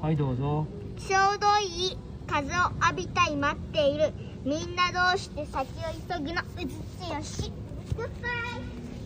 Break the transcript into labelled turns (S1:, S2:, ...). S1: はいどうぞ
S2: ちょうどいい風を浴びたい待っているみんなどうして先を急ぐのうずつよしグッバイ